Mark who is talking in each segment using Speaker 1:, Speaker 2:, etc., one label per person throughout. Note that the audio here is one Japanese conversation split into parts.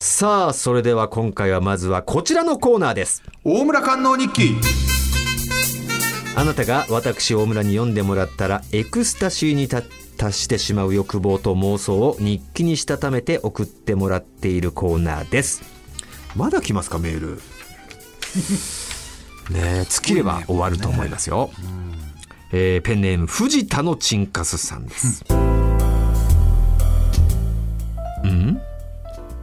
Speaker 1: さあそれでは今回はまずはこちらのコーナーです
Speaker 2: 大村官能日記
Speaker 1: あなたが私大村に読んでもらったらエクスタシーにた達してしまう欲望と妄想を日記にしたためて送ってもらっているコーナーです
Speaker 2: まだ来ますかメール
Speaker 1: ねえ尽きれば終わると思いますよ、えーペンネーム藤田のチンカスさんですうん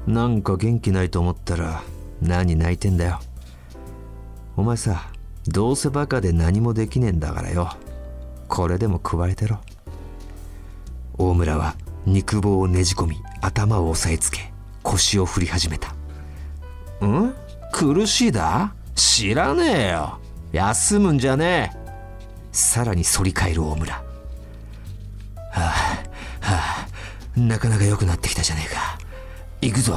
Speaker 1: なんか元気ないと思ったら何泣いてんだよお前さどうせバカで何もできねえんだからよこれでも食われてろ大村は肉棒をねじ込み頭を押さえつけ腰を振り始めたん苦しいだ知らねえよ休むんじゃねえさらに反り返る大村はあはあなかなか良くなってきたじゃねえか行くぞ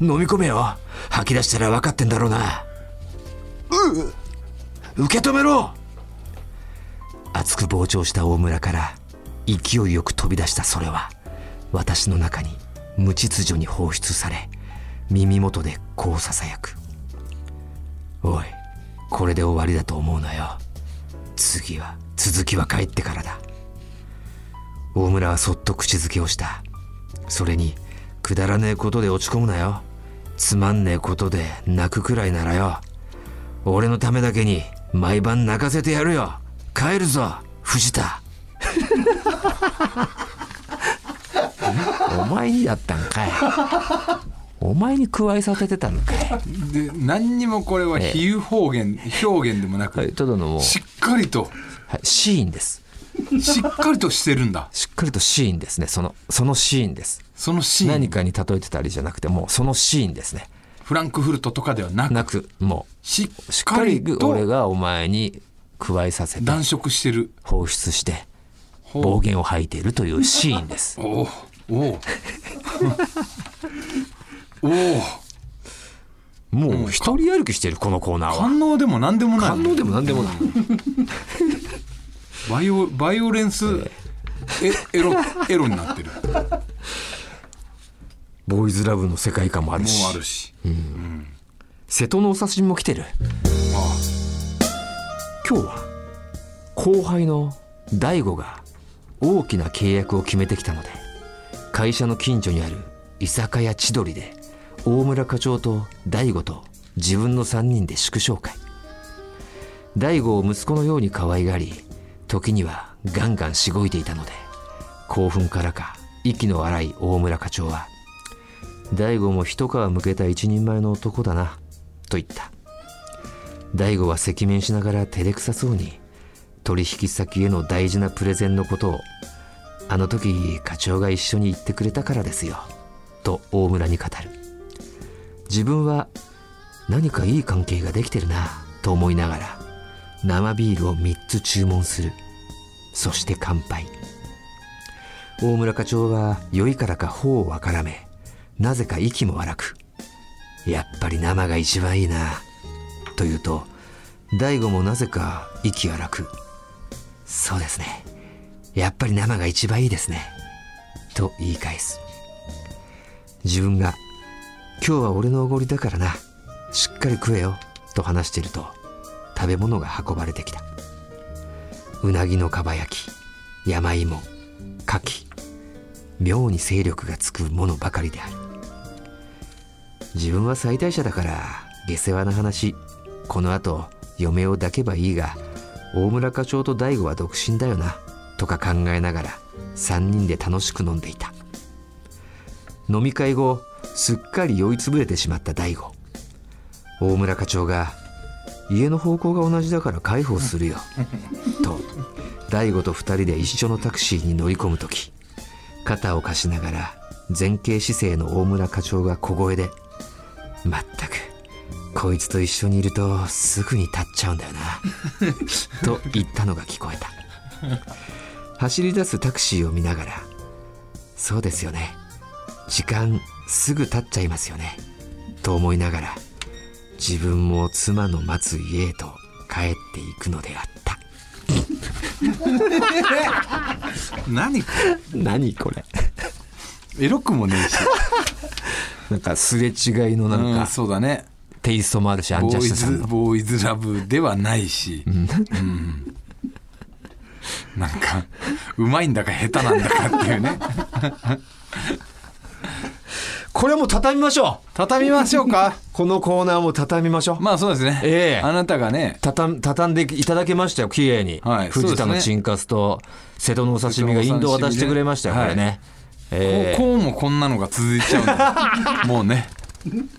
Speaker 1: 飲み込めよ吐き出したら分かってんだろうなう受け止めろ熱く膨張した大村から勢いよく飛び出したそれは私の中に無秩序に放出され耳元でこうささやく「おいこれで終わりだと思うなよ次は続きは帰ってからだ」大村はそっと口づけをしたそれにくだらねえことで落ち込むなよつまんねえことで泣くくらいならよ俺のためだけに毎晩泣かせてやるよ帰るぞ藤 田お前にだったんかいお前に加えさせてたのかい、
Speaker 3: で何にもこれは比喩表現、表現でもなく、
Speaker 1: ただのもう、
Speaker 3: しっかりと
Speaker 1: はい、シーンです
Speaker 3: しっかりとしてるんだ
Speaker 1: しっかりとシーンですねそのそのシーンです
Speaker 3: そのシー
Speaker 1: 何
Speaker 3: ン
Speaker 1: かに例えてたりじゃなくてもうそのシーンですね
Speaker 3: フランクフルトとかではなく
Speaker 1: なくもう
Speaker 3: し
Speaker 1: し
Speaker 3: っ
Speaker 1: っか
Speaker 3: か
Speaker 1: り
Speaker 3: り
Speaker 1: 俺
Speaker 3: と
Speaker 1: がお前に加えさせて
Speaker 3: 断食してる
Speaker 1: 放出して
Speaker 3: ほう
Speaker 1: 暴言を吐いているというシーンです
Speaker 3: おうおうおう
Speaker 1: もう一人歩きしてるこのコーナーは
Speaker 3: 反応でも何でもない
Speaker 1: 反応でも何でもない
Speaker 3: バイオバイオレンスえエロエロになってるもう
Speaker 1: ボーイズラブの世界観もあるし
Speaker 3: あるし
Speaker 1: 瀬戸のお刺身も来てる今日は後輩の大悟が大きな契約を決めてきたので会社の近所にある居酒屋千鳥で大村課長と大悟と自分の3人で祝勝会大悟を息子のように可愛がり時にはガンガンしごいていたので興奮からか息の荒い大村課長は大悟も一皮むけた一人前の男だなと言った大悟は赤面しながら照れくさそうに取引先への大事なプレゼンのことをあの時課長が一緒に言ってくれたからですよと大村に語る自分は何かいい関係ができてるなと思いながら生ビールを3つ注文するそして乾杯大村課長は酔いからか頬をあからめなぜか息も荒くやっぱり生が一番いいなと言うと大悟もなぜか息荒くそうですねやっぱり生が一番いいですねと言い返す自分が今日は俺のおごりだからなしっかり食えよと話していると食べ物が運ばれてきたうなぎのかば焼き山芋牡蠣妙に勢力がつくものばかりである自分は最大者だから下世話な話この後嫁を抱けばいいが大村課長と大悟は独身だよなとか考えながら3人で楽しく飲んでいた飲み会後すっかり酔いつぶれてしまった大悟大村課長が「家の方向が同じだから介抱するよ」と大悟と2人で一緒のタクシーに乗り込む時肩を貸しながら前傾姿勢の大村課長が小声で「まったくこいつと一緒にいるとすぐに立っちゃうんだよな」と言ったのが聞こえた走り出すタクシーを見ながら「そうですよね時間すぐ経っちゃいますよね」と思いながら自分も妻の待つ家へと帰っていくのであった
Speaker 3: 何
Speaker 1: 何これ
Speaker 3: エロくもねえし
Speaker 1: なんかすれ違いのなん
Speaker 3: う
Speaker 1: か
Speaker 3: ん、そうだね
Speaker 1: テイストもあるし、アン
Speaker 3: ボ
Speaker 1: ジャッ
Speaker 3: ーイ
Speaker 1: シュさん
Speaker 3: ズ
Speaker 1: の。
Speaker 3: ボーイズラブではないし、うんなんかうまいんだか下手なんだかっていうね
Speaker 1: これもう畳みましょう
Speaker 3: 畳みましょうか
Speaker 1: このコーナーも畳みましょう。
Speaker 3: まあそうですね、
Speaker 1: ええ
Speaker 3: あなたがね
Speaker 1: 畳ん畳んでいただけましたよ、綺麗に。
Speaker 3: はい
Speaker 1: 藤田
Speaker 3: そう
Speaker 1: の
Speaker 3: ですね
Speaker 1: チンカスと瀬戸のお刺身がインドを渡してくれましたよ、こ
Speaker 3: はい
Speaker 1: れね。
Speaker 3: こ
Speaker 1: え
Speaker 3: うこうもこんなのが続いちゃうんだもうね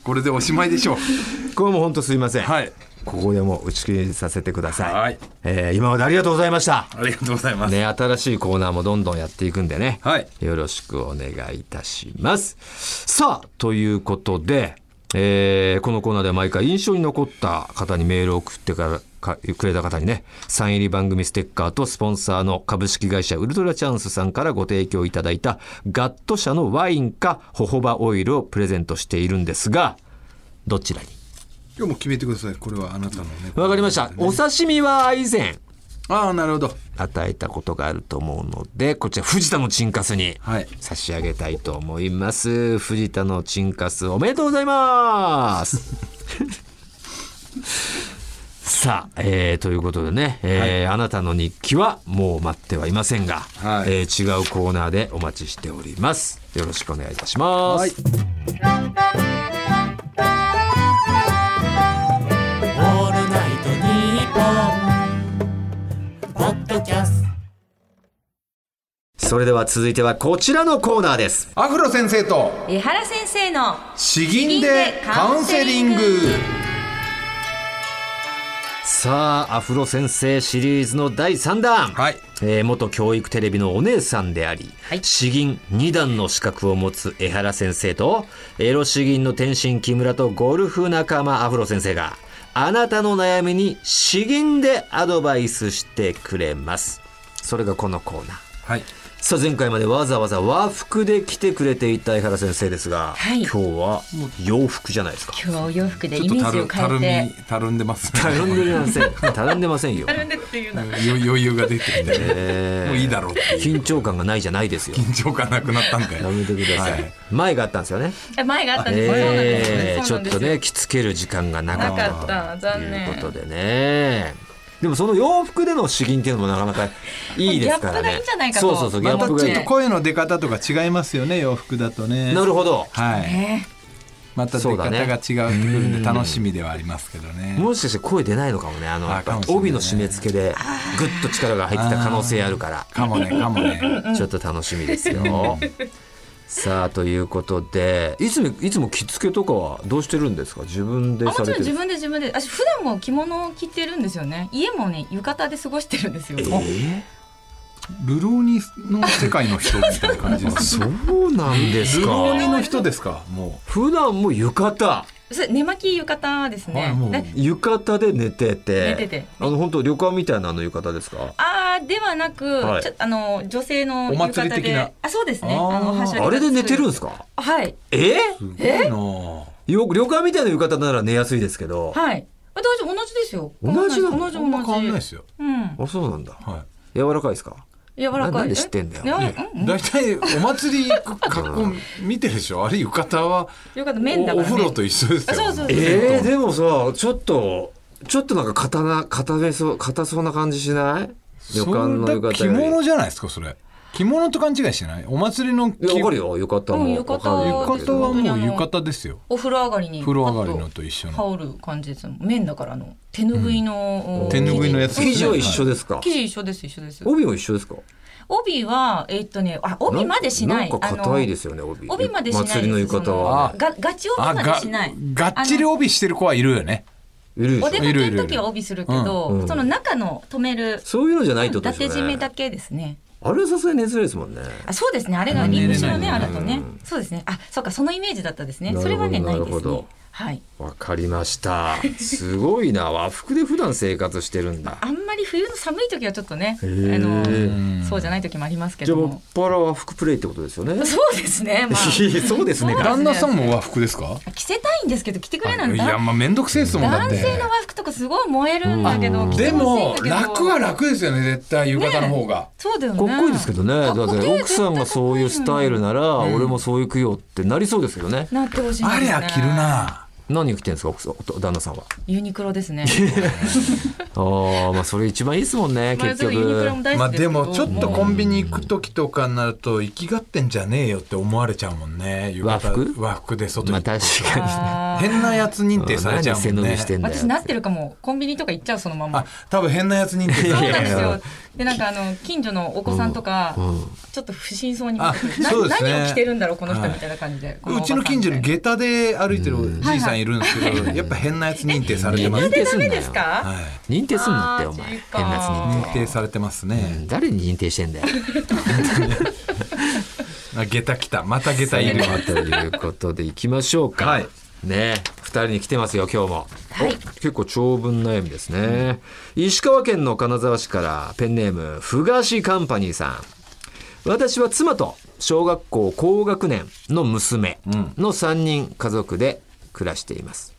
Speaker 3: これでおしまいでしょう
Speaker 1: えこれも本当すいません。
Speaker 3: はい
Speaker 1: ここでもう打ち切りさせてください。
Speaker 3: はい
Speaker 1: えー今までありがとうございました。
Speaker 3: ありがとうございます、
Speaker 1: ね、新しいコーナーもどんどんやっていくんでね。
Speaker 3: はい
Speaker 1: よろしくお願いいたします。さあ、ということで、えーこのコーナーでは毎回印象に残った方にメールを送ってから、かくれた方にね、サイン入り番組ステッカーとスポンサーの株式会社ウルトラチャンスさんからご提供いただいたガット社のワインかホホバオイルをプレゼントしているんですが、どちらに
Speaker 3: 今日も決めてくださいこれはあなたのね
Speaker 1: わかりました。お刺身は以前
Speaker 3: ああなるほど
Speaker 1: 与えたことがあると思うので、こちら藤田のチンカスに
Speaker 3: はい
Speaker 1: 差し上げたいと思います。藤田のチンカスおめでとうござい ます。さあ、えーということでね、えーあなたの日記はもう待ってはいませんが、
Speaker 3: はい
Speaker 1: えー違うコーナーでお待ちしております。よろしくお願いいたします。
Speaker 3: はい
Speaker 4: オールナイトニッポン」ポッドキャスト
Speaker 1: それでは続いてはこちらのコーナーです。
Speaker 3: アフロ先生と
Speaker 5: 江原先生の
Speaker 3: 詩吟でカウンセリング
Speaker 1: さあ、アフロ先生シリーズの第3弾。
Speaker 3: はい
Speaker 1: えー元教育テレビのお姉さんであり、
Speaker 5: はい
Speaker 1: 詩吟2段の資格を持つ江原先生と、エロ詩吟の天心木村とゴルフ仲間アフロ先生が、あなたの悩みに詩吟でアドバイスしてくれます。それがこのコーナー。
Speaker 3: はい
Speaker 1: さあ前回までわざわざ和服で来てくれていた江原先生ですが、
Speaker 5: はい
Speaker 1: 今日は洋服じゃない ですか。
Speaker 5: 今日はお洋服で
Speaker 3: ちょ
Speaker 5: イ
Speaker 3: っと
Speaker 5: メー
Speaker 3: た
Speaker 5: ジ
Speaker 3: る
Speaker 5: を
Speaker 3: たる
Speaker 5: 変
Speaker 3: み
Speaker 5: えて
Speaker 3: たるんでます
Speaker 1: たるんでません。たるんでませんよ。
Speaker 3: 余余裕が出てきて、もういいだろうっていう
Speaker 1: 緊張感がないじゃないですよ。
Speaker 3: 緊張感なくなったんで
Speaker 1: やめてください。
Speaker 3: はい
Speaker 1: 前があったんですよね。
Speaker 5: え前があったんですそうなんですよ
Speaker 1: えー、ち
Speaker 5: そ
Speaker 1: ょ
Speaker 5: うな
Speaker 1: っ
Speaker 5: んで
Speaker 1: と
Speaker 5: すよ
Speaker 1: ね、着付ける時間がなか
Speaker 5: な
Speaker 1: った
Speaker 5: かった
Speaker 1: と
Speaker 5: 残
Speaker 1: いう
Speaker 5: 念
Speaker 1: ことでね。でもその洋服での詩吟っていうのもなかなかいいですからね。
Speaker 5: ギャップがいいんじゃないか
Speaker 1: そ
Speaker 5: と
Speaker 1: うそうそう、ギ
Speaker 3: ま
Speaker 1: ャッ
Speaker 3: た
Speaker 1: プがいい
Speaker 3: ちょっと声の出方とか違いますよね洋服だとね
Speaker 1: なるほど。
Speaker 3: はい
Speaker 5: ね
Speaker 3: また出
Speaker 1: そうだ
Speaker 3: 方が
Speaker 1: ね
Speaker 3: 違うってくるんで楽しみではありますけどね
Speaker 1: もしかして声出ないのかもね。あの、
Speaker 3: あ
Speaker 1: やっぱ
Speaker 3: かもしれないね
Speaker 1: 帯の締め付けでぐっと力が入ってた可能性あるから。
Speaker 3: かもねかもね
Speaker 1: ちょっと楽しみですよ。さあということでいつもいつも着付けとかはどうしてるんですか自分で
Speaker 5: あもち
Speaker 1: さ
Speaker 5: ろん
Speaker 1: れて
Speaker 5: 自
Speaker 1: る
Speaker 5: 分で自分で私普段も着物を着てるんですよね家もね浴衣で過ごしてるんですよ、
Speaker 1: え
Speaker 3: ルローニの世界の人みたいな感じです
Speaker 1: ーそうなんです
Speaker 3: ルローニ
Speaker 1: か
Speaker 3: の人ですかも
Speaker 1: 普段も浴衣
Speaker 5: それ寝巻き浴衣ですね、
Speaker 3: はいもう
Speaker 5: で
Speaker 1: 浴衣で寝てて
Speaker 5: 寝てて
Speaker 1: あの本当旅館みたいなあの浴衣ですか
Speaker 5: あーではなく、
Speaker 1: はい
Speaker 5: ちょあの女性の
Speaker 3: お
Speaker 5: 浴
Speaker 3: 祭
Speaker 5: 衣
Speaker 3: り
Speaker 5: で
Speaker 3: 的な
Speaker 5: あそうですね
Speaker 3: あー
Speaker 5: あのはしょりが
Speaker 1: あれで寝てるんです
Speaker 5: か
Speaker 1: か
Speaker 5: はい
Speaker 1: え
Speaker 3: うすごいな
Speaker 1: よ旅館みたいな浴衣なら寝やすいですけど
Speaker 5: はいあ大丈夫同じですよ
Speaker 1: 同じなの
Speaker 5: 同じ
Speaker 3: あんま
Speaker 5: 同
Speaker 3: 変わんないで
Speaker 5: じ
Speaker 3: すよ
Speaker 5: うん
Speaker 1: あそうなんだ
Speaker 3: は
Speaker 1: 柔らかいですか
Speaker 5: 柔ら
Speaker 1: な
Speaker 5: か
Speaker 1: ん
Speaker 5: い
Speaker 1: で知ってんだよ
Speaker 5: え
Speaker 3: い
Speaker 5: な
Speaker 3: や
Speaker 5: うん
Speaker 3: 大体お祭り行く格好見てるでしょあれ浴衣は
Speaker 5: よかった麺だ
Speaker 3: おお
Speaker 5: から、ね、
Speaker 3: 風呂と一緒ですよ
Speaker 5: あそうそうそう
Speaker 1: えー、でもさちょっとちょっとなんか刀固めそう固そうな感じしない旅
Speaker 3: そ
Speaker 1: 館の
Speaker 3: ん
Speaker 1: 浴
Speaker 3: な着
Speaker 1: 衣よ
Speaker 3: 物
Speaker 1: り
Speaker 3: じゃないですかそれ着物と勘違いしないお祭りの着
Speaker 1: いやわかるよ浴衣も、
Speaker 5: うん浴衣
Speaker 1: わかる
Speaker 3: 浴
Speaker 1: け
Speaker 3: 衣
Speaker 1: ど
Speaker 3: はもう浴衣ですよ
Speaker 5: お風呂上がりに
Speaker 3: 風呂上がりのと一緒
Speaker 5: 羽
Speaker 3: の
Speaker 5: 織る感じですもん麺だからあの手拭いの、
Speaker 1: うん
Speaker 5: お
Speaker 3: 手拭いのやつ
Speaker 1: 生地は一緒ですか、
Speaker 5: 生地一緒です一緒です
Speaker 1: 帯も一緒ですか
Speaker 5: 帯はえっとねあ帯までしない
Speaker 1: なんか硬いですすよね帯
Speaker 5: 帯までしないです
Speaker 1: 祭りの浴衣は、ね、
Speaker 5: がガチ帯までしない
Speaker 3: ががっちり帯してる子はいるよね
Speaker 1: いるでしょ
Speaker 5: お出かけの時は帯するけど、
Speaker 1: うんうん
Speaker 5: その中の止める、
Speaker 1: そういうのじゃないって
Speaker 5: 伊
Speaker 1: ことです
Speaker 5: 達
Speaker 1: よ
Speaker 5: 締め
Speaker 1: ね
Speaker 5: だけですね
Speaker 1: あれはさすがに寝づらいですもんね
Speaker 5: あそうですねあれが
Speaker 3: うん
Speaker 5: リムシの
Speaker 3: 寝れ
Speaker 5: ね
Speaker 3: な
Speaker 5: あ
Speaker 3: いね
Speaker 5: るとねそうですねあそうかそのイメージだったですね
Speaker 1: なるほど
Speaker 5: それはねな
Speaker 1: な
Speaker 5: いで
Speaker 1: るほ
Speaker 5: すね
Speaker 1: ど
Speaker 5: はい
Speaker 1: わかりましたすごいな和服で普段生活してるんだ
Speaker 5: あんままり冬の寒い時はちょっとね、あ
Speaker 1: へえ
Speaker 5: のそうじゃない時もありますけ
Speaker 1: じゃ
Speaker 5: ど
Speaker 1: あも
Speaker 5: も
Speaker 1: っ。ぱら和服プレイってことですよ ね
Speaker 5: そうですね。ま あ
Speaker 1: そうですね
Speaker 5: そう
Speaker 3: 旦那さんも和服ですか
Speaker 5: 着せたいんですけど着てくれないん
Speaker 3: いや
Speaker 5: だ。
Speaker 3: まあ面倒くせえですもんだっ
Speaker 5: 男
Speaker 3: て
Speaker 5: 性の和服とかすごい燃えるんだけど。着て
Speaker 3: でも
Speaker 5: ほしいんだけど
Speaker 3: 楽は。楽ですよね絶対浴衣の方が、
Speaker 5: そうだよね。
Speaker 1: かっこいいですけどねだっ
Speaker 5: かっこいい
Speaker 1: て奥さんがそういうスタイルなら
Speaker 3: ん
Speaker 1: 俺もそう行くよってなりそうですけどね
Speaker 5: なってほしいんです
Speaker 3: あ
Speaker 5: ね
Speaker 3: りゃ着る。な
Speaker 1: 何を着てんですか奥さんお旦那さんは
Speaker 5: ユニクロですね。
Speaker 1: ああまあそれ一番いいですもんね
Speaker 5: まあ
Speaker 1: 結
Speaker 5: それユニクロ
Speaker 1: 局
Speaker 5: も大
Speaker 3: ま
Speaker 5: 好
Speaker 3: あ
Speaker 5: きですけ
Speaker 3: で
Speaker 5: ど。
Speaker 3: もちょっとコンビニ行く時とかになると行きがってんじゃねえよって思われちゃうもんね浴衣
Speaker 1: 和服
Speaker 3: 和服で外
Speaker 1: まあ
Speaker 3: に
Speaker 1: 確か
Speaker 5: あー
Speaker 3: 変なやつ認定されちゃうも
Speaker 1: 何
Speaker 3: ん
Speaker 1: 背伸
Speaker 3: ね
Speaker 1: びしてんだよ
Speaker 5: 私なってるかもコンビニとか行っちゃうそのま
Speaker 3: あ
Speaker 5: ま。
Speaker 3: 多分変なやつ認定
Speaker 5: そう
Speaker 3: されちゃ
Speaker 5: なん
Speaker 3: う
Speaker 1: い
Speaker 5: です
Speaker 1: やい
Speaker 5: よ
Speaker 1: や。
Speaker 5: でなんかあの近所のお子さんとか
Speaker 1: んうん
Speaker 5: ちょっと不審そうに見てくる
Speaker 3: あ
Speaker 5: な
Speaker 3: そうですね
Speaker 5: 何を着てるんだろうこの人みたいな感じで。こ
Speaker 3: うちの近所に
Speaker 5: ゲ
Speaker 3: 下駄で歩いてるじいさんいるんですけど、
Speaker 1: はい
Speaker 3: やっぱ変なやつ認定され
Speaker 1: に
Speaker 3: て
Speaker 1: いや
Speaker 3: ます
Speaker 1: 認。定すんなよ
Speaker 5: ですか？
Speaker 3: はい、
Speaker 1: 認定すんなってお前
Speaker 5: あー
Speaker 1: 変なやつ認定
Speaker 3: 認定されてますね。
Speaker 1: 誰に認定してんだよ。
Speaker 3: あ下駄来た、また下駄いるわ。
Speaker 1: ということでいきましょうか。
Speaker 3: はい
Speaker 1: ねえ二人に来てますよ今日も、
Speaker 5: はい
Speaker 1: お結構長文悩みですね、石川県の金沢市からペンネームふがしカンパニーさん私は妻と小学校高学年の娘の3人家族で暮らしています、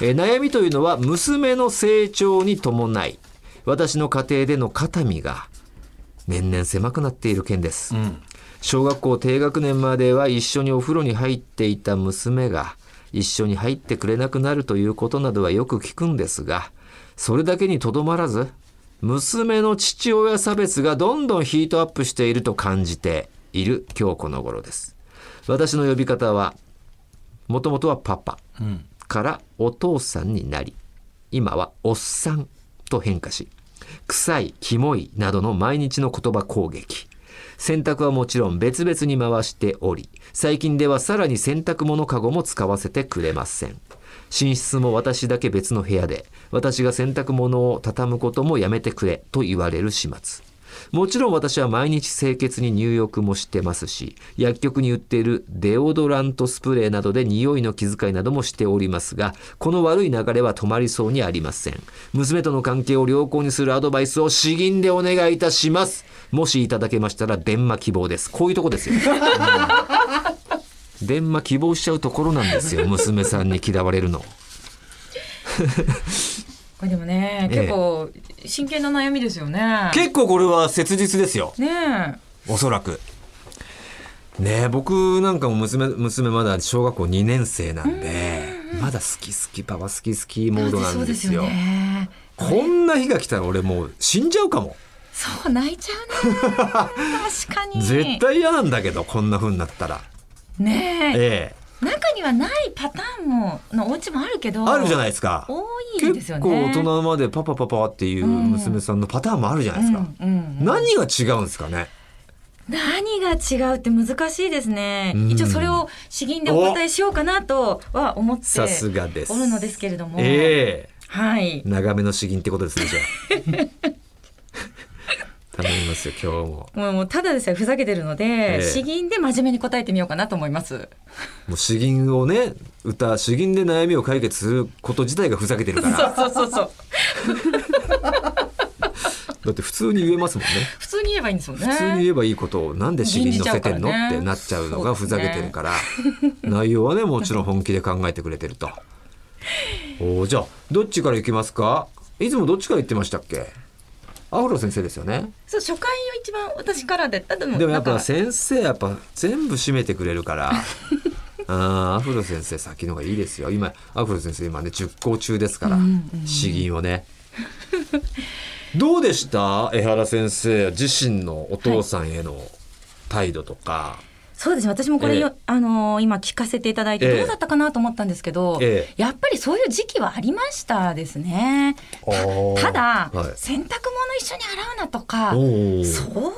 Speaker 1: えー悩みというのは娘の成長に伴い私の家庭での肩身が年々狭くなっている件です、小学校低学年までは一緒にお風呂に入っていた娘が一緒に入ってくれなくなるということなどはよく聞くんですがそれだけにとどまらず娘の父親差別がどんどんヒートアップしていると感じている今日この頃です私の呼び方はもともとはパパからお父さんになり今はおっさんと変化し臭いキモいなどの毎日の言葉攻撃洗濯はもちろん別々に回しており最近ではさらに洗濯物かごも使わせてくれません寝室も私だけ別の部屋で私が洗濯物を畳むこともやめてくれと言われる始末もちろん私は毎日清潔に入浴もしてますし薬局に売っているデオドラントスプレーなどで匂いの気遣いなどもしておりますがこの悪い流れは止まりそうにありません娘との関係を良好にするアドバイスを詩吟でお願いいたしますもしいただけましたら電話希望ですこういうとこですようん電話希望しちゃうところなんですよ娘さんに嫌われるの
Speaker 5: これでもね
Speaker 1: ええ
Speaker 5: 結構真剣な悩みですよね。
Speaker 1: 構これは切実ですよ
Speaker 5: ね
Speaker 1: おそらく。ねえ僕なんかも娘娘まだ小学校2年生なんでまだ好き好きパパ好き好き
Speaker 5: え。
Speaker 1: モードなんですよ
Speaker 5: そうですよね。
Speaker 1: こんな日が来たら俺もう死んじゃうかも
Speaker 5: そう泣いちゃうね確かに
Speaker 1: 絶対嫌なんだけどこんな風になったら
Speaker 5: ねえ
Speaker 1: ええ
Speaker 5: 中にはないパターンものお家もあるけど
Speaker 1: あるじゃない
Speaker 5: い
Speaker 1: ですか
Speaker 5: 多いです
Speaker 1: 結
Speaker 5: よね
Speaker 1: 構大人までパパパパっていう娘さんのパターンもあるじゃないですか
Speaker 5: うんうんうん
Speaker 1: 何が違うんですかね
Speaker 5: 何が違うって難しいですね、
Speaker 1: うん
Speaker 5: 一応それを詩吟でお答えしようかなとは思って
Speaker 1: さすがです
Speaker 5: おるのですけれども、
Speaker 1: え
Speaker 5: はい
Speaker 1: え長めの詩吟ってことですねじゃあ 頼みますよ今日も
Speaker 5: もうもうただでさえふざけてるので、
Speaker 1: ええ
Speaker 5: 詩吟で真面目に答えてみようかなと思います
Speaker 1: もう詩吟をね歌詩吟で悩みを解決すること自体がふざけてるか
Speaker 5: そ
Speaker 1: ら
Speaker 5: うそうそうそう
Speaker 1: だって普通に言えますもんね
Speaker 5: 普通に言えばいいんですよね
Speaker 1: 普通に言えばいいことをなんで詩吟に載せてんの、
Speaker 5: 吟じちゃうから
Speaker 1: っ
Speaker 5: ね
Speaker 1: てなっちゃうのがふざけてるから、内容はねもちろん本気で考えてくれてるとおーじゃあどっちから行きますかいつもどっちから行ってましたっけアフロ先生ですよね
Speaker 5: そう初回を一番私からであで も
Speaker 1: でもやっ
Speaker 5: な
Speaker 1: ぱ
Speaker 5: んか
Speaker 1: 先生やっぱ全部締めてくれるから あーアフロ先生先の方がいいですよ今アフロ先生今ね熟考中ですから詩吟をねどうでした江原先生自身のお父さんへの態度とか、
Speaker 5: そうですね私もこれよ、
Speaker 1: え
Speaker 5: あのー今聞かせていただいて
Speaker 1: ええ
Speaker 5: どうだったかなと思ったんですけど、
Speaker 1: ええ
Speaker 5: やっぱりそういう時期はありましたですね。
Speaker 1: あー
Speaker 5: ただ、
Speaker 1: はい
Speaker 5: 洗濯物一緒に洗うなとか
Speaker 1: おー
Speaker 5: そこ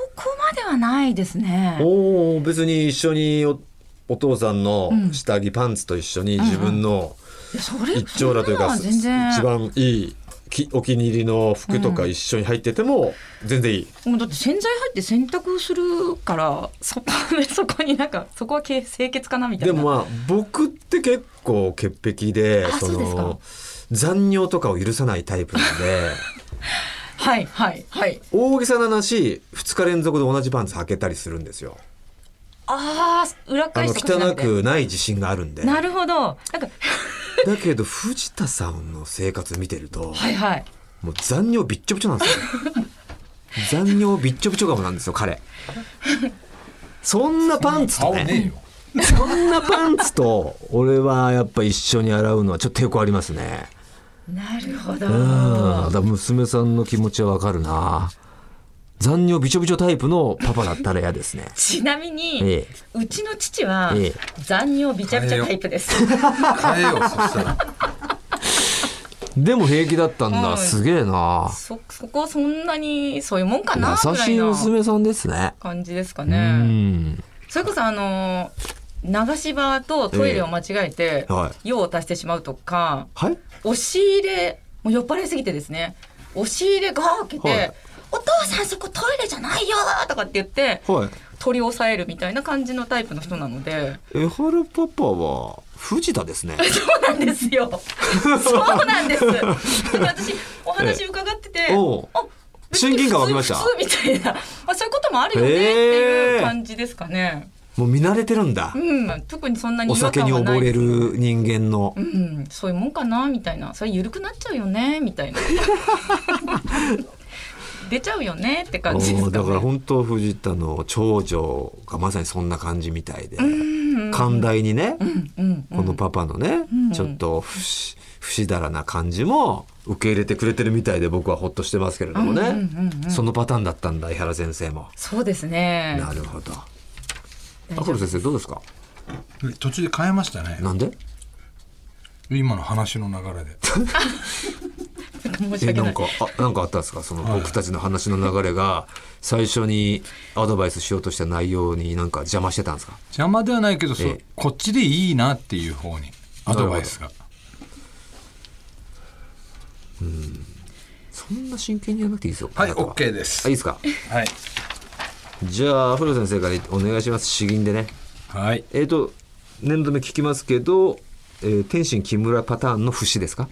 Speaker 5: まではないですね。
Speaker 1: おー別に一緒におお父さんの
Speaker 5: うん
Speaker 1: 下着パンツと一緒に自分の
Speaker 5: いやそれ
Speaker 1: 一丁羅というか、
Speaker 5: そんなのは全然
Speaker 1: 一番いいきお気に入りの服とか一緒に入ってても全然いい、
Speaker 5: もうだって洗剤入って洗濯するからそ こそこになんかそこは清清潔かなみたい
Speaker 1: で
Speaker 5: な。
Speaker 1: もまあ僕って結構潔癖で
Speaker 5: あそうですか
Speaker 1: 残尿とかを許さないタイプなんで
Speaker 5: はいはいはい
Speaker 1: 大げさな話2日連続で同じパンツ履けたりするんですよ
Speaker 5: ああ裏
Speaker 1: あ
Speaker 5: 返
Speaker 1: の
Speaker 5: したこと
Speaker 1: 汚
Speaker 5: なく
Speaker 1: くない自信があるんで
Speaker 5: てなるほどなんか
Speaker 1: だけど藤田さんの生活見てると、
Speaker 5: はいはい
Speaker 1: もう残尿びっちょびちょなん ですよ残尿びっちょびちょかもなんですよ彼そんなパンツと
Speaker 3: 顔ねえ
Speaker 1: ね
Speaker 3: よ
Speaker 1: そんなパンツと俺はやっぱ一緒に洗うのはちょっと抵抗ありますね
Speaker 5: なるほど
Speaker 1: うんだから娘さんの気持ちはわかるな残尿びちょびちょタイプのパパだったら嫌ですね
Speaker 5: ちなみに、
Speaker 1: ええ
Speaker 5: うちの父は、
Speaker 1: ええ
Speaker 5: 残尿びちゃびちゃタイプです。
Speaker 3: 変えようそしたら
Speaker 1: でも平気だったんだ、
Speaker 5: うん
Speaker 1: すげえな
Speaker 5: そそこそんなにそういうもんかなぐ
Speaker 1: 優
Speaker 5: ら
Speaker 1: し
Speaker 5: い
Speaker 1: い
Speaker 5: な
Speaker 1: 娘さんですね
Speaker 5: 感じですか
Speaker 1: う
Speaker 5: ね。
Speaker 1: ん
Speaker 5: それこそあの流し場とトイレを間違えて、
Speaker 1: えはい
Speaker 5: 用を足してしまうとか、
Speaker 1: はい
Speaker 5: 押し入れもう酔っ払いすぎてですね。押し入れが開けて、
Speaker 1: はい
Speaker 5: お父さんそこトイレじゃないよとかって言って
Speaker 1: はい
Speaker 5: 取り押さえるみたいな感じのタイプの人なので。
Speaker 1: エハラパパは藤田ですね
Speaker 5: そうなんです よ。そうなんです。だって私お話伺ってて、
Speaker 1: えおう
Speaker 5: あ別に
Speaker 1: 親近感湧きました
Speaker 5: 普通普通みたいな、あそういうこともあるよねっていう感じですかね。
Speaker 1: もう見慣れてるんだ
Speaker 5: うん、特にそんなに
Speaker 1: お
Speaker 5: 違和
Speaker 1: 酒
Speaker 5: 感
Speaker 1: に
Speaker 5: はない
Speaker 1: 溺れ。る人間の
Speaker 5: うん、そういうもんかなみたいな、それ緩くなっちゃうよね みたいな。出ちゃうよねって感じで
Speaker 1: お
Speaker 5: す
Speaker 1: ー
Speaker 5: か、
Speaker 1: だ
Speaker 5: ね。
Speaker 1: から本当藤田の長女がまさにそんな感じみたいで
Speaker 5: うん、
Speaker 1: 寛大にね、
Speaker 5: うん、うん
Speaker 1: このパパのね、
Speaker 5: ん
Speaker 1: ちょっと不死不死だらな感じも受け入れてくれてるみたいで僕はほっとしてますけれどもね、
Speaker 5: うんうんうんうん
Speaker 1: そのパターンだったんだ井原先生も。
Speaker 5: そうですね。
Speaker 1: なるほど。
Speaker 5: 大丈夫
Speaker 1: アコル先生どうですか
Speaker 3: 途中で変えましたね
Speaker 1: なんで
Speaker 3: 今の話の流れで
Speaker 5: 申し
Speaker 1: え
Speaker 5: 訳
Speaker 1: な
Speaker 5: なんい。
Speaker 1: かあなんかあったんですかその僕たちの話の流れが最初にアドバイスしようとした内容になんか邪魔してたんですか
Speaker 3: 邪魔ではないけど、そ
Speaker 1: ええ
Speaker 3: こっちでいいなっていう方にアドバイスが
Speaker 1: そんな真剣にやらなくていいですよ
Speaker 3: はい
Speaker 1: あなた
Speaker 3: OK です
Speaker 1: あいいですか
Speaker 3: はい
Speaker 1: じゃあ古田先生からお願いします詩吟でね
Speaker 3: はい
Speaker 1: えっ、と年度目聞きますけど、えー天心木村パターンの節ですか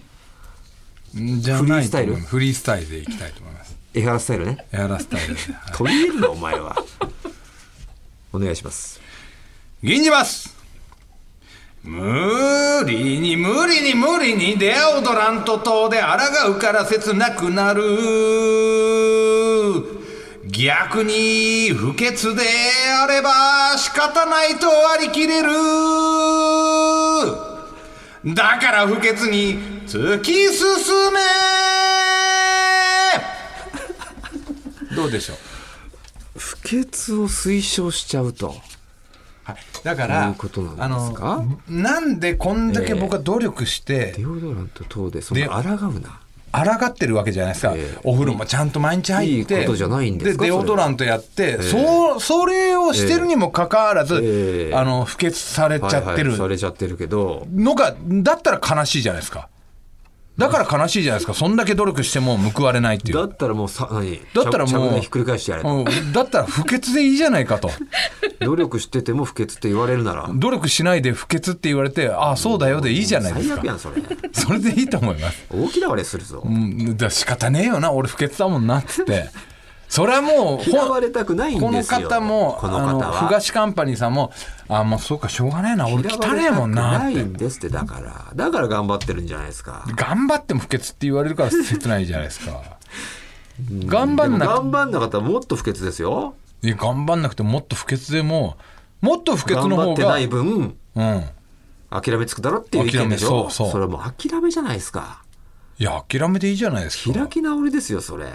Speaker 3: んじゃないと思いま
Speaker 1: フリ
Speaker 3: す
Speaker 1: ースタイル
Speaker 3: フリースタイルでいきたいと思います
Speaker 1: 江原スタイルね
Speaker 3: エアラスタイルで、はい
Speaker 1: 取り入れるなお前は お願いします
Speaker 3: 銀じます無理に無理に無理にデアオドラント等で抗うから切なくなる逆に不潔であれば仕方ないとありきれるだから不潔に突き進め どうでしょう
Speaker 1: 不潔を推奨しちゃうと
Speaker 3: はい、だか
Speaker 1: どう
Speaker 3: ら
Speaker 1: いうことなんですか
Speaker 3: あのなんでこんだけ僕は努力して
Speaker 1: デオドラント等でそ
Speaker 3: で
Speaker 1: の抗うな
Speaker 3: 抗ってるわけじゃないですか、
Speaker 1: ええ
Speaker 3: お風呂もちゃんと毎日入って
Speaker 1: いいことじゃないんですかそ
Speaker 3: でデ
Speaker 1: れは
Speaker 3: オドラントやって、そうそれをしてるにもかかわらず、
Speaker 1: ええ
Speaker 3: あの不潔されちゃってる
Speaker 1: はいはい、されちゃってるけど
Speaker 3: のがだったら悲しいじゃないですかだから悲しいじゃないですかそんだけ努力しても報われないっていう
Speaker 1: だったらもうさ何
Speaker 3: だったらもう
Speaker 1: ちゃぶ台ひっくり返してやれと、
Speaker 3: うんだったら不潔でいいじゃないかと
Speaker 1: 努力してても不潔って言われるなら
Speaker 3: 努力しないで不潔って言われてああそうだよでいいじゃないです
Speaker 1: 最悪や
Speaker 3: か
Speaker 1: んそれ
Speaker 3: それでいいと思います
Speaker 1: 大きな割れするぞ
Speaker 3: うん、だから仕方ねえよな俺不潔だもんなっつって それはもうほ
Speaker 1: 嫌
Speaker 3: ん
Speaker 1: われたくないん
Speaker 3: この
Speaker 1: ですよ
Speaker 3: 方も
Speaker 1: この方は
Speaker 3: あの東カンパニーさんもあもうそうかしょうがねえな俺
Speaker 1: 嫌
Speaker 3: 汚
Speaker 1: われ
Speaker 3: ねえ
Speaker 1: た
Speaker 3: も
Speaker 1: く
Speaker 3: んな
Speaker 1: な
Speaker 3: っ
Speaker 1: い
Speaker 3: て
Speaker 1: んですってだからだから頑張ってるんじゃないですか
Speaker 3: 頑張っても不潔って言われるから切ないじゃないですか頑張ん
Speaker 1: で
Speaker 3: な
Speaker 1: も
Speaker 3: く
Speaker 1: 頑張んなかったらもっと不潔ですよ
Speaker 3: いや頑張んなくてももっと不潔でももっと不潔
Speaker 1: 頑
Speaker 3: の
Speaker 1: 張
Speaker 3: 方
Speaker 1: ってな
Speaker 3: が
Speaker 1: い分
Speaker 3: うん
Speaker 1: 諦めつくだろっていう意見でし
Speaker 3: 諦
Speaker 1: ょ
Speaker 3: めそうそう
Speaker 1: れはもう諦めじゃないですか
Speaker 3: いや諦めていいじゃないですか
Speaker 1: 開き直りですよそれ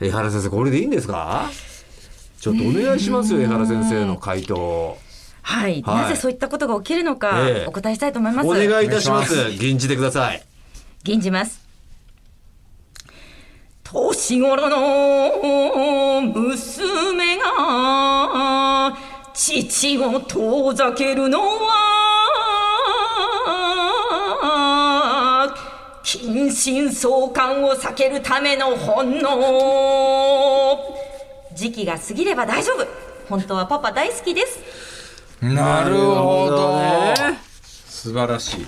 Speaker 1: 江原先生これでいいんですかちょっとお願いしますよ江原先生の回答を
Speaker 5: はい、
Speaker 1: はい
Speaker 5: なぜそういったことが起きるのか、
Speaker 1: ええ
Speaker 5: お答えしたいと思います。
Speaker 1: お願いいたしま
Speaker 3: お
Speaker 1: す吟じてください
Speaker 5: 吟じます。年頃の娘が父を遠ざけるのは近親相関を避けるための本能時期が過ぎれば大丈夫本当はパパ大好きです
Speaker 3: なるほど
Speaker 1: なるほどね
Speaker 3: 素晴らしい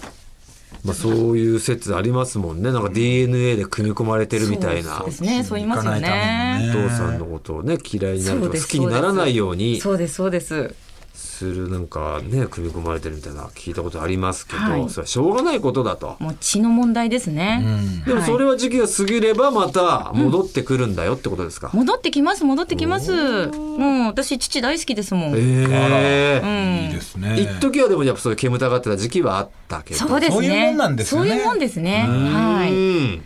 Speaker 1: まあ、そういう説ありますもんねなんか DNA で組み込まれてるみたいな
Speaker 5: そうですねそう言いますよ
Speaker 3: 行かないため
Speaker 5: ね
Speaker 1: お
Speaker 3: にね
Speaker 1: 父さんのことをね嫌いになると
Speaker 5: そう
Speaker 1: か
Speaker 5: で
Speaker 1: 好
Speaker 5: す
Speaker 1: きにならないように
Speaker 5: そうですそうです
Speaker 1: するなんかね組み込まれてるみたいな聞いたことありますけど、
Speaker 5: はい
Speaker 1: それはしょうがないことだと。
Speaker 5: もう血の問題ですね、
Speaker 3: うん
Speaker 1: でも
Speaker 5: はい
Speaker 1: それは時期が過ぎればまた戻ってくるんだよってことですか、
Speaker 5: 戻ってきます戻ってきますもう私父大好きですもん、
Speaker 1: ええ
Speaker 5: うん
Speaker 3: いいですね
Speaker 1: 一時はでもやっぱそういう煙たがってた時期はあったけど
Speaker 5: そうで
Speaker 3: そ
Speaker 5: すね
Speaker 3: ういうもんなんですよね
Speaker 5: そういうもんですね
Speaker 1: う
Speaker 5: はい
Speaker 1: ん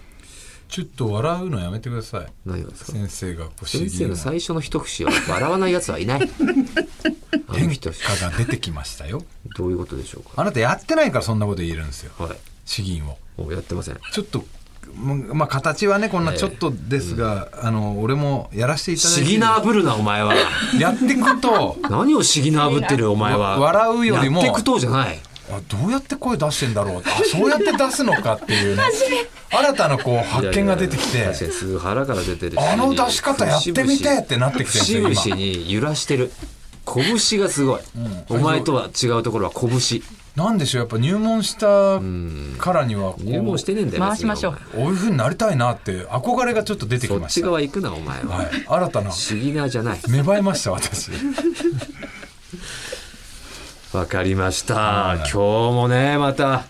Speaker 3: ちょっと笑うのやめてください
Speaker 1: 何がですか
Speaker 3: 先生がご主
Speaker 1: 先生
Speaker 3: 人
Speaker 1: の
Speaker 3: の
Speaker 1: 最初の一節は笑わない奴はい ないあの
Speaker 3: 変
Speaker 1: 人
Speaker 3: 化が出てきましたよ
Speaker 1: どういうことでしょう
Speaker 3: あなたやってないからそんなこと言えるんですよ
Speaker 1: かはい
Speaker 3: 詩吟を
Speaker 1: もうやってません
Speaker 3: ちょっとままあ形はねこんなちょっとですが、あの俺もやらせていただい
Speaker 1: シ
Speaker 3: て
Speaker 1: ギナーぶるなお前は
Speaker 3: やってくと
Speaker 1: 何をシギナーぶってるお前は
Speaker 3: わ笑うよりも
Speaker 1: やってくとうじゃない
Speaker 3: あどうやって声出してんだろうあそうやって出すのかっていうね新たなこう発見が出てき
Speaker 1: いやいや
Speaker 3: て
Speaker 1: 確かにすぐ腹から出てるし
Speaker 3: あの出し方やってみてってなってきて
Speaker 1: 節
Speaker 3: るん
Speaker 1: 々
Speaker 3: ですよ
Speaker 1: に揺らしてる拳がすごい、お前とは違うところは拳
Speaker 3: 今なんでしょうやっぱ入門したからにはこう
Speaker 1: 入門してねえんだよ
Speaker 5: 回しましょう
Speaker 1: 別に
Speaker 3: こういうふうになりたいなって憧れがちょっと出てき
Speaker 1: お前そ
Speaker 3: ま
Speaker 1: っ
Speaker 3: し
Speaker 1: ち
Speaker 3: た、は、
Speaker 1: 側行くなお前はい
Speaker 3: 新たな
Speaker 1: シギナーじゃない
Speaker 3: 芽生えました私
Speaker 1: わかりました。今日もね、また、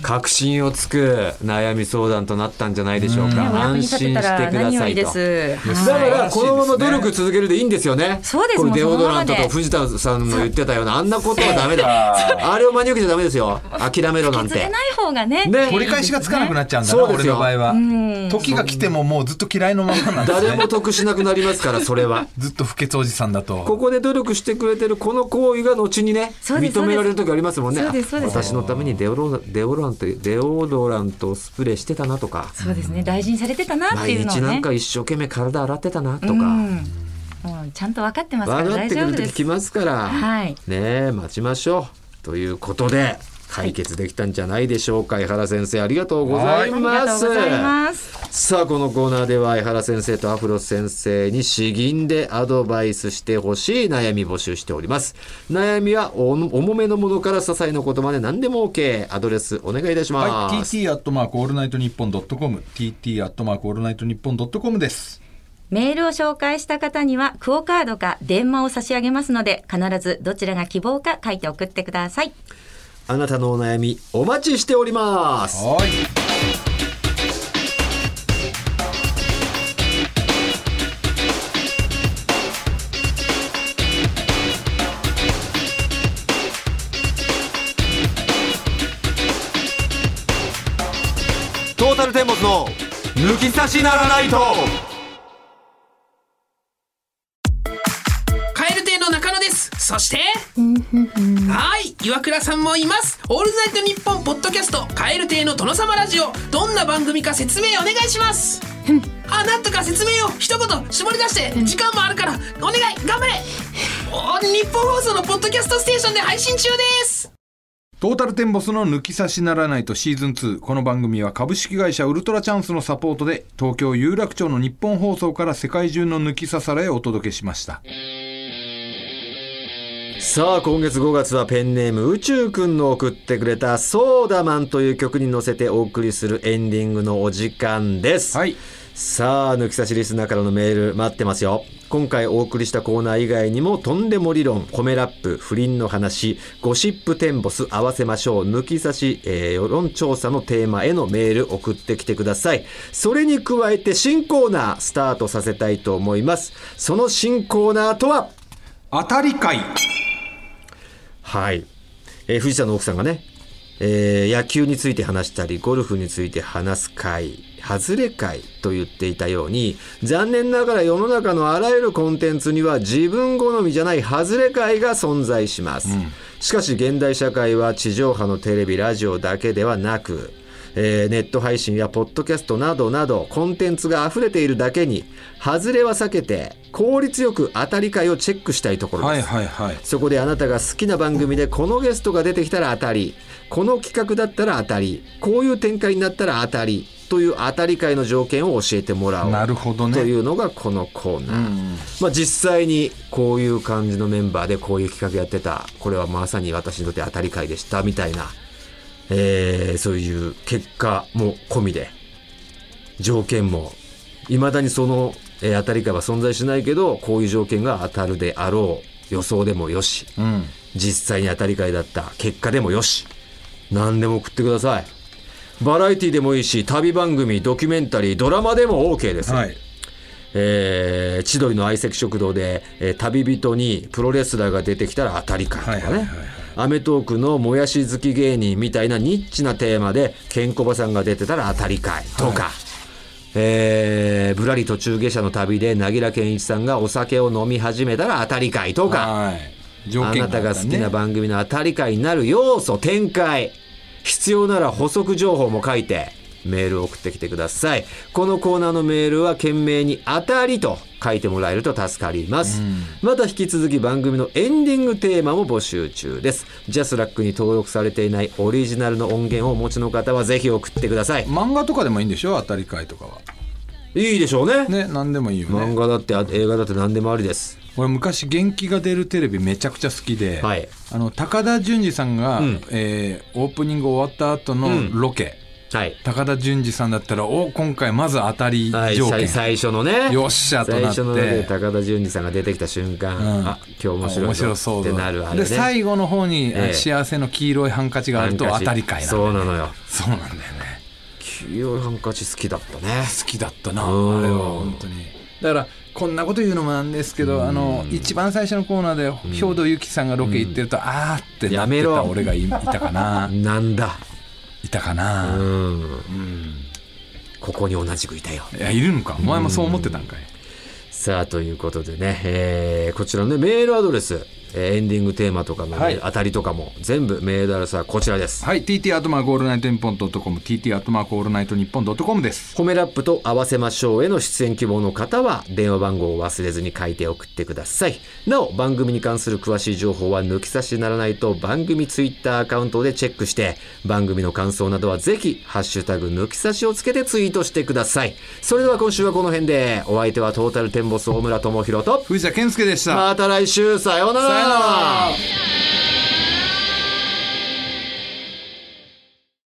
Speaker 1: 確信をつく悩み相談となったんじゃないでしょうか。
Speaker 5: お役に
Speaker 1: 安
Speaker 5: 立て
Speaker 1: 心
Speaker 5: た
Speaker 1: して
Speaker 5: ら
Speaker 1: くだ
Speaker 5: 何よ
Speaker 1: さ
Speaker 5: り
Speaker 1: い
Speaker 5: で
Speaker 1: と。だ
Speaker 5: す
Speaker 3: だ
Speaker 5: は
Speaker 1: か
Speaker 5: い
Speaker 1: ら、このまま努力続けるでいいんですよね。
Speaker 5: そうです
Speaker 1: これ
Speaker 5: もう
Speaker 1: デオドラント
Speaker 5: そのまま
Speaker 1: と
Speaker 5: で
Speaker 1: 藤田さんの言ってたような、あんなことはダメだ。あれを真に受けちゃダメですよ。諦めろなん
Speaker 5: 削れ
Speaker 1: て。
Speaker 5: ない方がね
Speaker 1: ね
Speaker 3: 取り返しがつかなくなっちゃうんだな、
Speaker 1: そうで
Speaker 3: 俺
Speaker 1: すよ
Speaker 3: の場合は
Speaker 5: ん
Speaker 3: 時が来てももうずっと嫌いのままなんです
Speaker 1: 誰も
Speaker 3: ね
Speaker 1: 得しなくなりますから、それは。
Speaker 3: ずっと不潔おじさんだと
Speaker 1: ここで努力してくれてるこの行為が後にね
Speaker 5: そうです
Speaker 1: 認められる時ありますもんね
Speaker 5: そうですそうです
Speaker 1: 私のためにデオロデオロラントデオドラントをスプレーしてたなとか
Speaker 5: そうですね大事にされてたなって
Speaker 1: 毎
Speaker 5: いうのを
Speaker 1: 日な
Speaker 5: ね
Speaker 1: んか一生懸命体洗ってたなとか、
Speaker 5: うんもうちゃんと分かってますから
Speaker 1: 分かっ
Speaker 5: 大
Speaker 1: てく
Speaker 5: 丈
Speaker 1: る
Speaker 5: 夫
Speaker 1: と
Speaker 5: で
Speaker 1: 聞
Speaker 5: す
Speaker 1: きますから、
Speaker 5: はい
Speaker 1: ねえ待ちましょうということで解決できたんじゃないでしょうか、江原先生ありがとうござい
Speaker 5: ありが
Speaker 1: ま
Speaker 5: と
Speaker 1: す
Speaker 5: うございます
Speaker 1: さあこのコーナーでは江原先生とアフロ先生に詩吟でアドバイスしてほしい悩み募集しております悩みはお重めのものから些細なことまで何でも OK アドレスお願いいたします、
Speaker 3: はい、TT アットマークオールナイトニッポンドットコム TT アットマークオールナイトニッポンドットコムです
Speaker 5: メールを紹介した方にはクオカードか電話を差し上げますので必ずどちらが希望か書いて送ってください
Speaker 1: あなたのお悩みお待ちしております
Speaker 3: はい
Speaker 6: トータルテンボスの抜き差しならないと
Speaker 7: カエル亭の中野ですそしてはい岩倉さんもいますオールナイトニッポンポッドキャストカエル亭の殿様ラジオどんな番組か説明お願いしますあなんとか説明を一言絞り出して時間もあるからお願い頑張れお日本放送のポッドキャストステーションで配信中です
Speaker 3: トータルテンボスの抜き差しならないとシーズン2この番組は株式会社ウルトラチャンスのサポートで東京有楽町の日本放送から世界中の抜き差されをお届けしました
Speaker 1: さあ今月5月はペンネーム宇宙くんの送ってくれた「ソーダマン」という曲に乗せてお送りするエンディングのお時間です、
Speaker 3: はい
Speaker 1: さあ抜き差しリスナーからのメール待ってますよ今回お送りしたコーナー以外にもとんでも理論褒めラップ不倫の話ゴシップテンボス合わせましょう抜き差し、えー世論調査のテーマへのメール送ってきてくださいそれに加えて新コーナースタートさせたいと思いますその新コーナーとは
Speaker 3: 当たり会
Speaker 1: はい、えー藤田の奥さんがね、えー野球について話したりゴルフについて話す会外れ会と言っていたように残念ながら世の中のあらゆるコンテンツには自分好みじゃない外れ会が存在します、しかし現代社会は地上波のテレビラジオだけではなくえーネット配信やポッドキャストなどなどコンテンツが溢れているだけに外れは避けて効率よく当たり会をチェックしたいところです、
Speaker 3: はいはいはい
Speaker 1: そこであなたが好きな番組でこのゲストが出てきたら当たり、この企画だったら当たり、こういう展開になったら当たり、という当たり会の条件を教えてもらおう。
Speaker 3: なるほどね
Speaker 1: というのがこのコーナー。まあ実際にこういう感じのメンバーでこういう企画やってた、これはまさに私にとって当たり会でした、みたいな。えーそういう結果も込みで条件もいまだにその、えー当たりかは存在しないけどこういう条件が当たるであろう予想でもよし
Speaker 3: うん
Speaker 1: 実際に当たり会だった結果でもよし何でも送ってくださいバラエティでもいいし旅番組ドキュメンタリードラマでも OK です、
Speaker 3: はい
Speaker 1: えー千鳥の相席食堂で、えー旅人にプロレスラーが出てきたら当たり会とかね、
Speaker 3: はいはいはいはい
Speaker 1: アメトークのもやし好き芸人みたいなニッチなテーマでケンコバさんが出てたら当たり会とか、えーぶらり途中下車の旅でなぎら健一さんがお酒を飲み始めたら当たり会とか、
Speaker 3: はい条
Speaker 1: あ
Speaker 3: 件
Speaker 1: なたが好きな
Speaker 3: 場
Speaker 1: 番組の当たり会になる要素展開必要なら補足情報も書いてメールを送ってきてくださいこのコーナーのメールは懸命に「当たり」と書いてもらえると助かります、また引き続き番組のエンディングテーマも募集中ですジャスラックに登録されていないオリジナルの音源をお持ちの方はぜひ送ってください
Speaker 3: 漫画とかでもいいんでしょ当たり会とかはい
Speaker 1: いでしょうね
Speaker 3: ね何でもいいよ
Speaker 1: 漫
Speaker 3: ね
Speaker 1: 画だってあ映画だって何でもありです
Speaker 3: 俺昔元気が出るテレビめちゃくちゃ好きで、
Speaker 1: はい
Speaker 3: あの高田純次さんが、えーオープニング終わった後のロケ、
Speaker 1: はい
Speaker 3: 高田純次さんだったらお今回まず当たり
Speaker 1: はい、
Speaker 3: 条件、
Speaker 1: 最最初のね
Speaker 3: よっしゃとなって
Speaker 1: 最初のね高田純次さんが出てきた瞬間、
Speaker 3: うん
Speaker 1: あ今日面白い
Speaker 3: 面白そう
Speaker 1: っ
Speaker 3: だ
Speaker 1: てなるあれね
Speaker 3: で最後の方に、
Speaker 1: ええ
Speaker 3: 幸せの黄色いハンカチがあると
Speaker 1: ハン
Speaker 3: 当
Speaker 1: カチ
Speaker 3: たり会なんだ
Speaker 1: そ
Speaker 3: よ
Speaker 1: う
Speaker 3: ね
Speaker 1: なのよ
Speaker 3: そうなんだよね
Speaker 1: 黄色いハンカチ好きだったね
Speaker 3: 好きだったなあれ
Speaker 1: うん
Speaker 3: は本当にだからこんなこと言うのもなんですけどあの一番最初のコーナーで兵藤由紀さんがロケ行ってると、あーってな
Speaker 1: や
Speaker 3: っ
Speaker 1: め
Speaker 3: て
Speaker 1: ろ
Speaker 3: た俺がいいた かな
Speaker 1: なんだ
Speaker 3: いたかな、
Speaker 1: う
Speaker 3: い
Speaker 1: ん、ここに同じくいたよ
Speaker 3: やいるのかお前もそう思ってたんかい、
Speaker 1: さあということでね、えーこちらのねメールアドレスえーエンディングテーマとかも、ね
Speaker 3: はい
Speaker 1: 当たりとかも全部メールアドレスはこちらです
Speaker 3: はい TT アートマークオールナイトニッポンドットコム TT アートマークオールナイトニッポンドットコムです
Speaker 1: 褒めラップと合わせましょうへの出演希望の方は電話番号を忘れずに書いて送ってくださいなお番組に関する詳しい情報は抜き差しならないと番組ツイッターアカウントでチェックして番組の感想などはぜひ「ハッシュタグ抜き差し」をつけてツイートしてくださいそれでは今週はこの辺でお相手はトータルテンボス大村智広と
Speaker 3: 藤田健介でした
Speaker 1: また来週さようなら